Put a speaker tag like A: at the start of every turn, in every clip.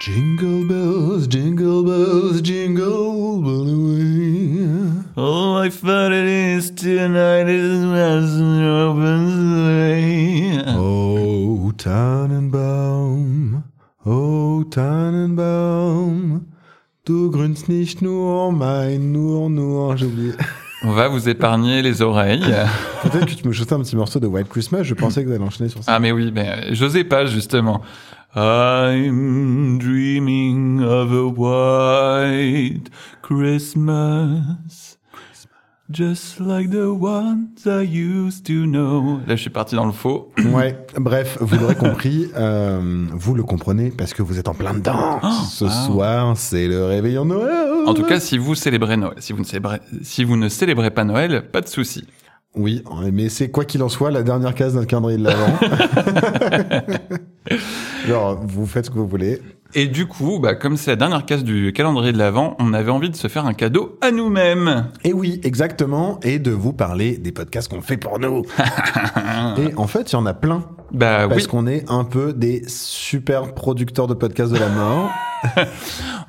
A: Jingle bells, jingle bells, jingle all the way.
B: Oh, my fun it is tonight is an open sleigh.
A: Oh, Tannenbaum, oh, Tannenbaum, du grünst nicht nur mein, nur, nur, j'ai oublié.
B: On va vous épargner les oreilles.
A: Peut-être que tu me chantais un petit morceau de White Christmas, je pensais que vous allez enchaîner sur ça.
B: Ah mais oui, mais je sais pas justement. I'm dreaming of a white Christmas. Just like the ones I used to know. Là, je suis parti dans le faux.
A: Ouais, bref, vous l'aurez compris, euh, vous le comprenez parce que vous êtes en plein dedans. Ce soir, c'est le réveillon de Noël.
B: Ah. En tout cas, si vous célébrez Noël, si vous ne célébrez, si vous ne célébrez pas Noël, pas de souci.
A: Oui, mais c'est quoi qu'il en soit la dernière case d'un calendrier de l'avant. Genre, vous faites ce que vous voulez.
B: Et du coup, bah, comme c'est la dernière case du calendrier de l'Avent, on avait envie de se faire un cadeau à nous-mêmes.
A: Et oui, exactement, et de vous parler des podcasts qu'on fait pour nous. et en fait, il y en a plein.
B: Bah
A: Parce
B: oui,
A: qu'on est un peu des super producteurs de podcasts de la mort.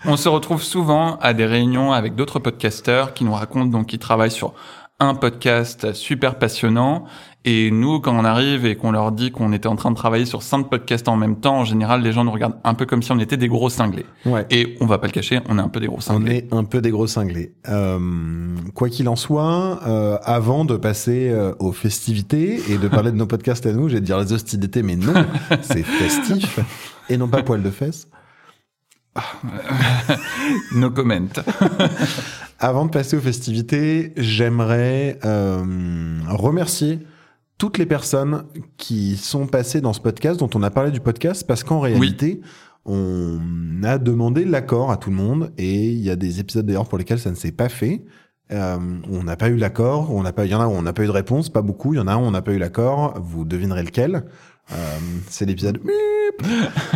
B: on se retrouve souvent à des réunions avec d'autres podcasteurs qui nous racontent donc qu'ils travaillent sur un podcast super passionnant. Et nous, quand on arrive et qu'on leur dit qu'on était en train de travailler sur cinq podcasts en même temps, en général, les gens nous regardent un peu comme si on était des gros cinglés.
A: Ouais.
B: Et on va pas le cacher, on est un peu des gros
A: On
B: cinglés.
A: est un peu des gros cinglés. Euh, quoi qu'il en soit, euh, avant de passer euh, aux festivités et de parler de nos podcasts à nous, j'ai dire les hostilités, mais non, c'est festif et non pas poil de fesses.
B: No comment.
A: Avant de passer aux festivités, j'aimerais euh, remercier toutes les personnes qui sont passées dans ce podcast, dont on a parlé du podcast, parce qu'en réalité, on a demandé l'accord à tout le monde, et il y a des épisodes d'ailleurs pour lesquels ça ne s'est pas fait. Euh, on n'a pas eu l'accord, on n'a pas, il y en a où on n'a pas eu de réponse, pas beaucoup, il y en a où on n'a pas eu l'accord, vous devinerez lequel. Euh, c'est l'épisode. Bip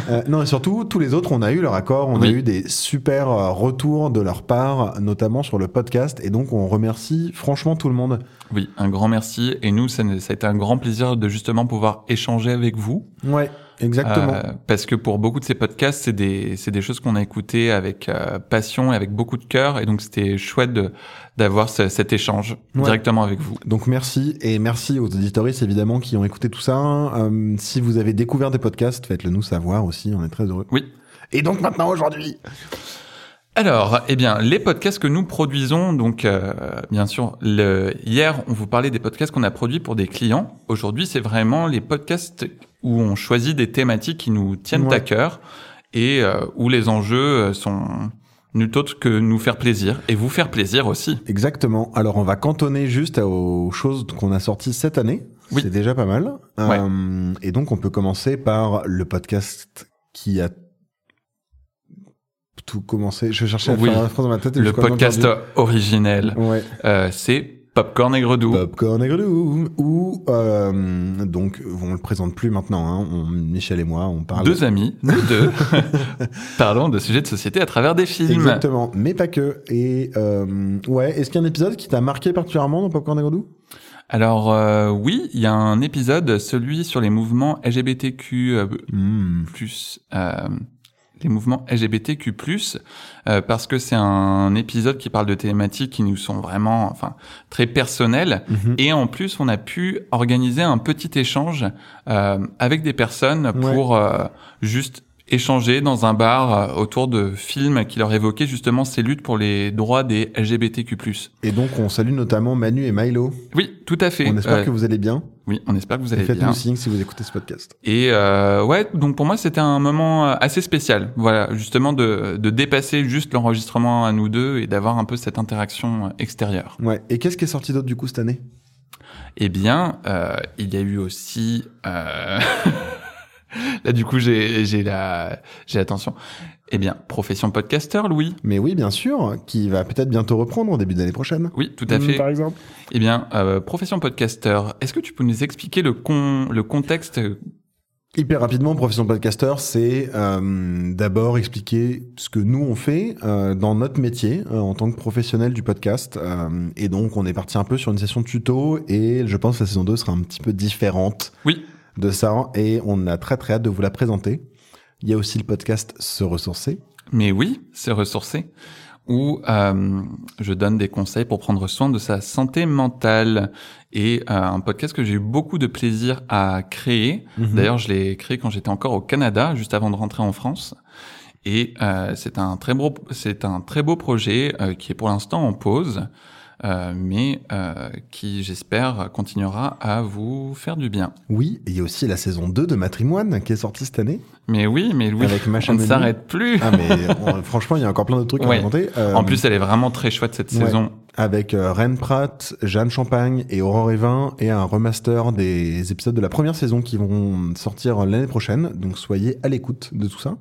A: Euh, non, et surtout, tous les autres, on a eu leur accord, on a
B: Oui.
A: eu des super euh, retours de leur part, notamment sur le podcast, et donc on remercie franchement tout le monde.
B: Oui, un grand merci. Et nous, ça, ça a été un grand plaisir de justement pouvoir échanger avec vous.
A: Ouais, exactement.
B: Euh, parce que pour beaucoup de ces podcasts, c'est des, c'est des choses qu'on a écoutées avec euh, passion et avec beaucoup de cœur. Et donc, c'était chouette de- d'avoir ce- cet échange
A: Ouais.
B: directement avec vous.
A: Donc merci et merci aux auditoristes évidemment qui ont écouté tout ça. Euh, si vous avez découvert des podcasts, faites-le nous savoir aussi, on est très heureux.
B: Oui.
A: Et donc maintenant aujourd'hui,
B: Alors, eh bien, les podcasts que nous produisons, donc euh, bien sûr, le, hier on vous parlait des podcasts qu'on a produits pour des clients. Aujourd'hui, c'est vraiment les podcasts où on choisit des thématiques qui nous tiennent
A: Ouais.
B: à cœur et euh, où les enjeux sont nul autre que nous faire plaisir et vous faire plaisir aussi.
A: exactement. Alors on va cantonner juste aux choses qu'on a sorties cette année.
B: Oui.
A: C'est déjà pas mal. Euh, et donc on peut commencer par le podcast qui a tout commencé. Je cherchais à
B: Oui.
A: faire la phrase dans ma tête. et
B: Le
A: j'ai complètement
B: podcast originel,
A: perdu. Ouais.
B: euh, c'est Popcorn et Gredou.
A: Popcorn et Gredou, Ou euh, donc on le présente plus maintenant. Hein, on, Michel et moi, on parle.
B: Deux amis, nous deux, parlons de sujets de société à travers des films.
A: Exactement, mais pas que. Et euh, ouais, est-ce qu'il y a un épisode qui t'a marqué particulièrement dans Popcorn et Gredou
B: Alors euh, oui, il y a un épisode, celui sur les mouvements LGBTQ euh, plus euh, les mouvements LGBTQ+, euh, parce que c'est un épisode qui parle de thématiques qui nous sont vraiment, enfin, très personnelles.
A: Mhm.
B: Et en plus, on a pu organiser un petit échange euh, avec des personnes
A: Ouais.
B: pour euh, juste échanger dans un bar euh, autour de films qui leur évoquaient justement ces luttes pour les droits des LGBTQ+.
A: Et donc on salue notamment Manu et Milo.
B: Oui, tout à fait.
A: on espère
B: Euh,
A: que vous allez bien.
B: Oui, on espère que vous allez
A: Et
B: bien.
A: Faites-nous signe si vous écoutez ce podcast.
B: Et euh, ouais, donc pour moi c'était un moment euh, assez spécial. Voilà, justement de, de dépasser juste l'enregistrement à nous deux et d'avoir un peu cette interaction euh, extérieure.
A: Ouais. Et qu'est-ce qui est sorti d'autre du coup cette année
B: Eh bien, euh, il y a eu aussi. euh, Là du coup j'ai j'ai la j'ai attention. Eh bien, profession podcasteur, Louis.
A: Mais oui, bien sûr, qui va peut-être bientôt reprendre en début d'année prochaine.
B: Oui, tout à fait.
A: Hmm, Par exemple.
B: Eh bien, euh, profession podcasteur. Est-ce que tu peux nous expliquer le con le contexte
A: Hyper rapidement, profession podcasteur, c'est euh, d'abord expliquer ce que nous on fait euh, dans notre métier euh, en tant que professionnel du podcast. Euh, et donc on est parti un peu sur une session tuto et je pense que la saison 2 sera un petit peu différente
B: Oui.
A: de ça et on a très très hâte de vous la présenter. Il y a aussi le podcast Se ressourcer.
B: Mais oui, se ressourcer, où euh, je donne des conseils pour prendre soin de sa santé mentale. Et euh, un podcast que j'ai eu beaucoup de plaisir à créer.
A: Mhm.
B: D'ailleurs, je l'ai créé quand j'étais encore au Canada, juste avant de rentrer en France. Et euh, c'est un très beau, c'est un très beau projet euh, qui est pour l'instant en pause, euh, mais euh, qui j'espère continuera à vous faire du bien.
A: Oui, et il y a aussi la saison 2 de Matrimoine qui est sortie cette année
B: Mais oui, mais Louis,
A: avec Macha
B: on ne
A: Menu.
B: s'arrête plus.
A: Ah mais on- franchement, il y a encore plein d'autres trucs
B: Ouais.
A: à raconter. Euh,
B: en plus, elle est vraiment très chouette cette
A: ouais.
B: saison.
A: avec euh, Ren Pratt, Jeanne Champagne et Aurore Evin et un remaster des épisodes de la première saison qui vont sortir l'année prochaine. Donc soyez à l'écoute de tout ça.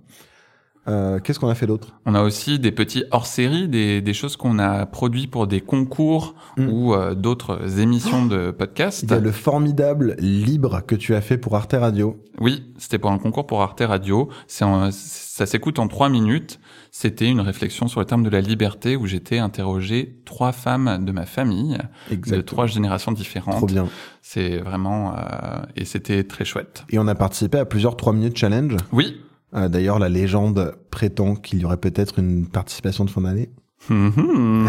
A: Euh, Qu'est-ce qu'on a fait d'autre
B: On a aussi des petits hors-série, des, des choses qu'on a produits pour des concours
A: Mm. Oh
B: ou euh, d'autres émissions de podcast.
A: Il y a le formidable libre que tu as fait pour Arte Radio.
B: Oui, c'était pour un concours pour Arte Radio. C'est en- ça s'écoute en trois minutes. C'était une réflexion sur le terme de la liberté où j'étais interrogé trois femmes de ma famille, de trois générations
A: Trop
B: différentes.
A: bien.
B: C'est vraiment euh, et c'était très chouette.
A: Et on a participé à plusieurs 3 minutes challenge.
B: Oui.
A: Euh, D'ailleurs, la légende prétend qu'il y aurait peut-être une participation de fin d'année.
B: Mhm.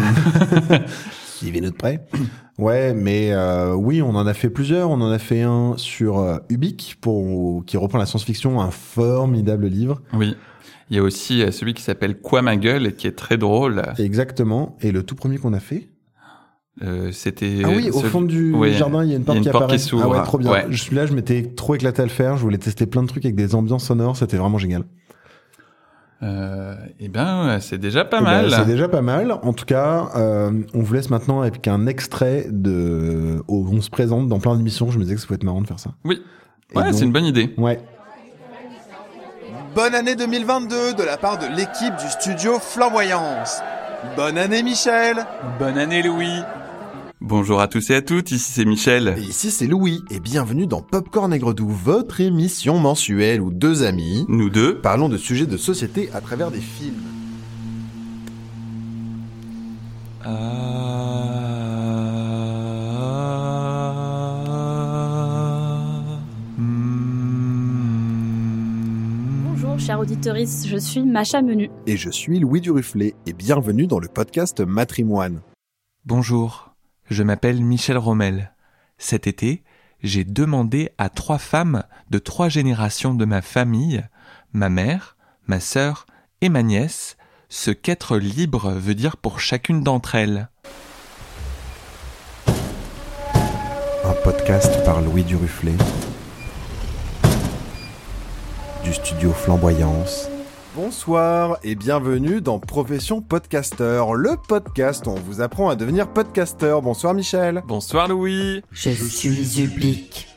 A: Suivez notre prêt. Ouais, mais euh, oui, on en a fait plusieurs. On en a fait un sur euh, Ubik, pour, qui reprend la science-fiction, un formidable livre.
B: oui. Il y a aussi euh, celui qui s'appelle Quoi ma gueule et qui est très drôle.
A: Exactement. Et le tout premier qu'on a fait.
B: Euh, c'était
A: ah oui, au
B: celui-
A: fond du
B: oui.
A: jardin, il y a une porte
B: Il y a une
A: qui
B: porte
A: apparaît.
B: qui s'ouvre.
A: ah ouais, trop bien.
B: Ouais.
A: Je suis là, je m'étais trop éclaté à le faire. Je voulais tester plein de trucs avec des ambiances sonores. C'était vraiment génial.
B: Euh, eh ben, euh, c'est déjà pas
A: Eh ben,
B: mal.
A: C'est déjà pas mal. En tout cas, euh, on vous laisse maintenant avec un extrait de. où on se présente dans plein d'émissions. Je me disais que ça pouvait être marrant de faire ça.
B: Oui.
A: Et
B: Ouais,
A: donc-
B: c'est une bonne idée.
A: Ouais.
C: Bonne année 2022 de la part de l'équipe du studio Flamboyance. Bonne année Michel
B: Bonne année Louis Bonjour à tous et à toutes, ici c'est Michel.
D: Et ici c'est Louis et bienvenue dans Popcorn Aigre Doux, votre émission mensuelle où deux amis
B: Nous deux,
D: parlons de sujets de société à travers des films.
E: Bonjour, chère auditorice, je suis Macha Menu.
D: Et je suis Louis Durufflet et bienvenue dans le podcast Matrimoine.
F: Bonjour, je m'appelle Michel Rommel. Cet été, j'ai demandé à trois femmes de trois générations de ma famille, ma mère, ma sœur et ma nièce, ce qu'être libre veut dire pour chacune d'entre elles.
D: Un podcast par Louis Durufflet du studio Flamboyance. Bonsoir et bienvenue dans Profession Podcasteur, le podcast où on vous apprend à devenir podcasteur. Bonsoir Michel.
B: bonsoir Louis
G: Je suis ubique.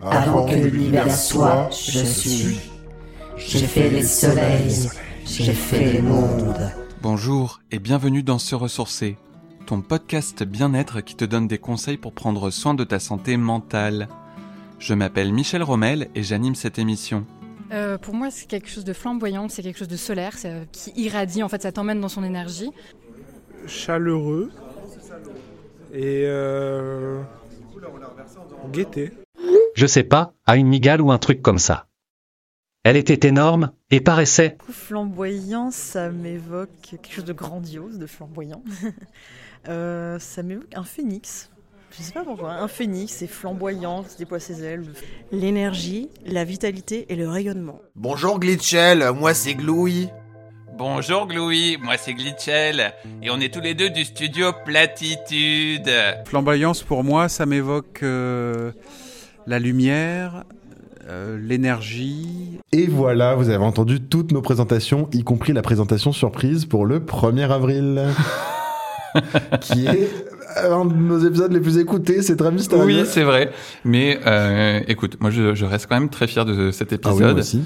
G: Avant que l'univers soit, je suis. J'ai fait les soleils, j'ai fait les mondes.
F: Bonjour et bienvenue dans Se Ressourcer, ton podcast bien-être qui te donne des conseils pour prendre soin de ta santé mentale. Je m'appelle Michel Rommel et j'anime cette émission.
H: Euh, pour moi, c'est quelque chose de flamboyant, c'est quelque chose de solaire, c'est, euh, qui irradie, en fait, ça t'emmène dans son énergie.
I: chaleureux et euh, gaieté.
J: je sais pas, à une migale ou un truc comme ça. Elle était énorme et paraissait
K: coup, flamboyant, ça m'évoque quelque chose de grandiose, de flamboyant. Euh, ça m'évoque un phénix. Je sais pas pourquoi. Un phénix, c'est flamboyant, qui déploie ses ailes. L'énergie, la vitalité et le rayonnement.
D: Bonjour Glitchel, moi c'est Glouy.
B: Bonjour Louis, moi c'est Glitchel, et on est tous les deux du studio Platitude
I: Flamboyance pour moi, ça m'évoque euh, la lumière, euh, l'énergie.
A: Et voilà, vous avez entendu toutes nos présentations, y compris la présentation surprise pour le 1er avril. qui est un de nos épisodes les plus écoutés, c'est Travis t'as
B: Oui,
A: raison.
B: c'est vrai. Mais euh, écoute, moi je, je reste quand même très fier de cet
A: Ah oui, moi
B: épisode.
A: aussi.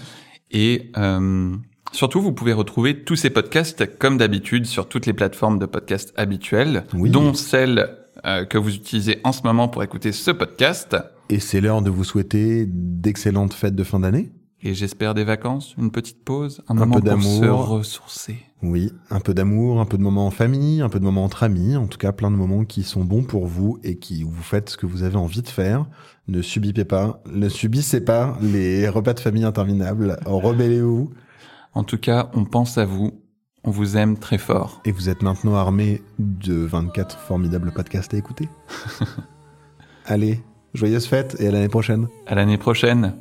B: et euh, surtout, vous pouvez retrouver tous ces podcasts comme d'habitude sur toutes les plateformes de podcasts habituelles,
A: Oui.
B: dont celle euh, que vous utilisez en ce moment pour écouter ce podcast.
A: Et c'est l'heure de vous souhaiter d'excellentes fêtes de fin d'année.
B: Et j'espère des vacances, une petite pause, un,
A: Un
B: moment
A: peu
B: pour se
A: d'amour.
B: ressourcer.
A: Oui, un peu d'amour, un peu de moments en famille, un peu de moments entre amis, en tout cas plein de moments qui sont bons pour vous et qui vous faites ce que vous avez envie de faire. Ne subissez pas, ne subissez pas les repas de famille interminables. Rebellez-vous.
B: En tout cas, on pense à vous. On vous aime très fort.
A: Et vous êtes maintenant armé de 24 formidables podcasts à écouter. Allez, joyeuse fête et à l'année prochaine.
B: À l'année prochaine.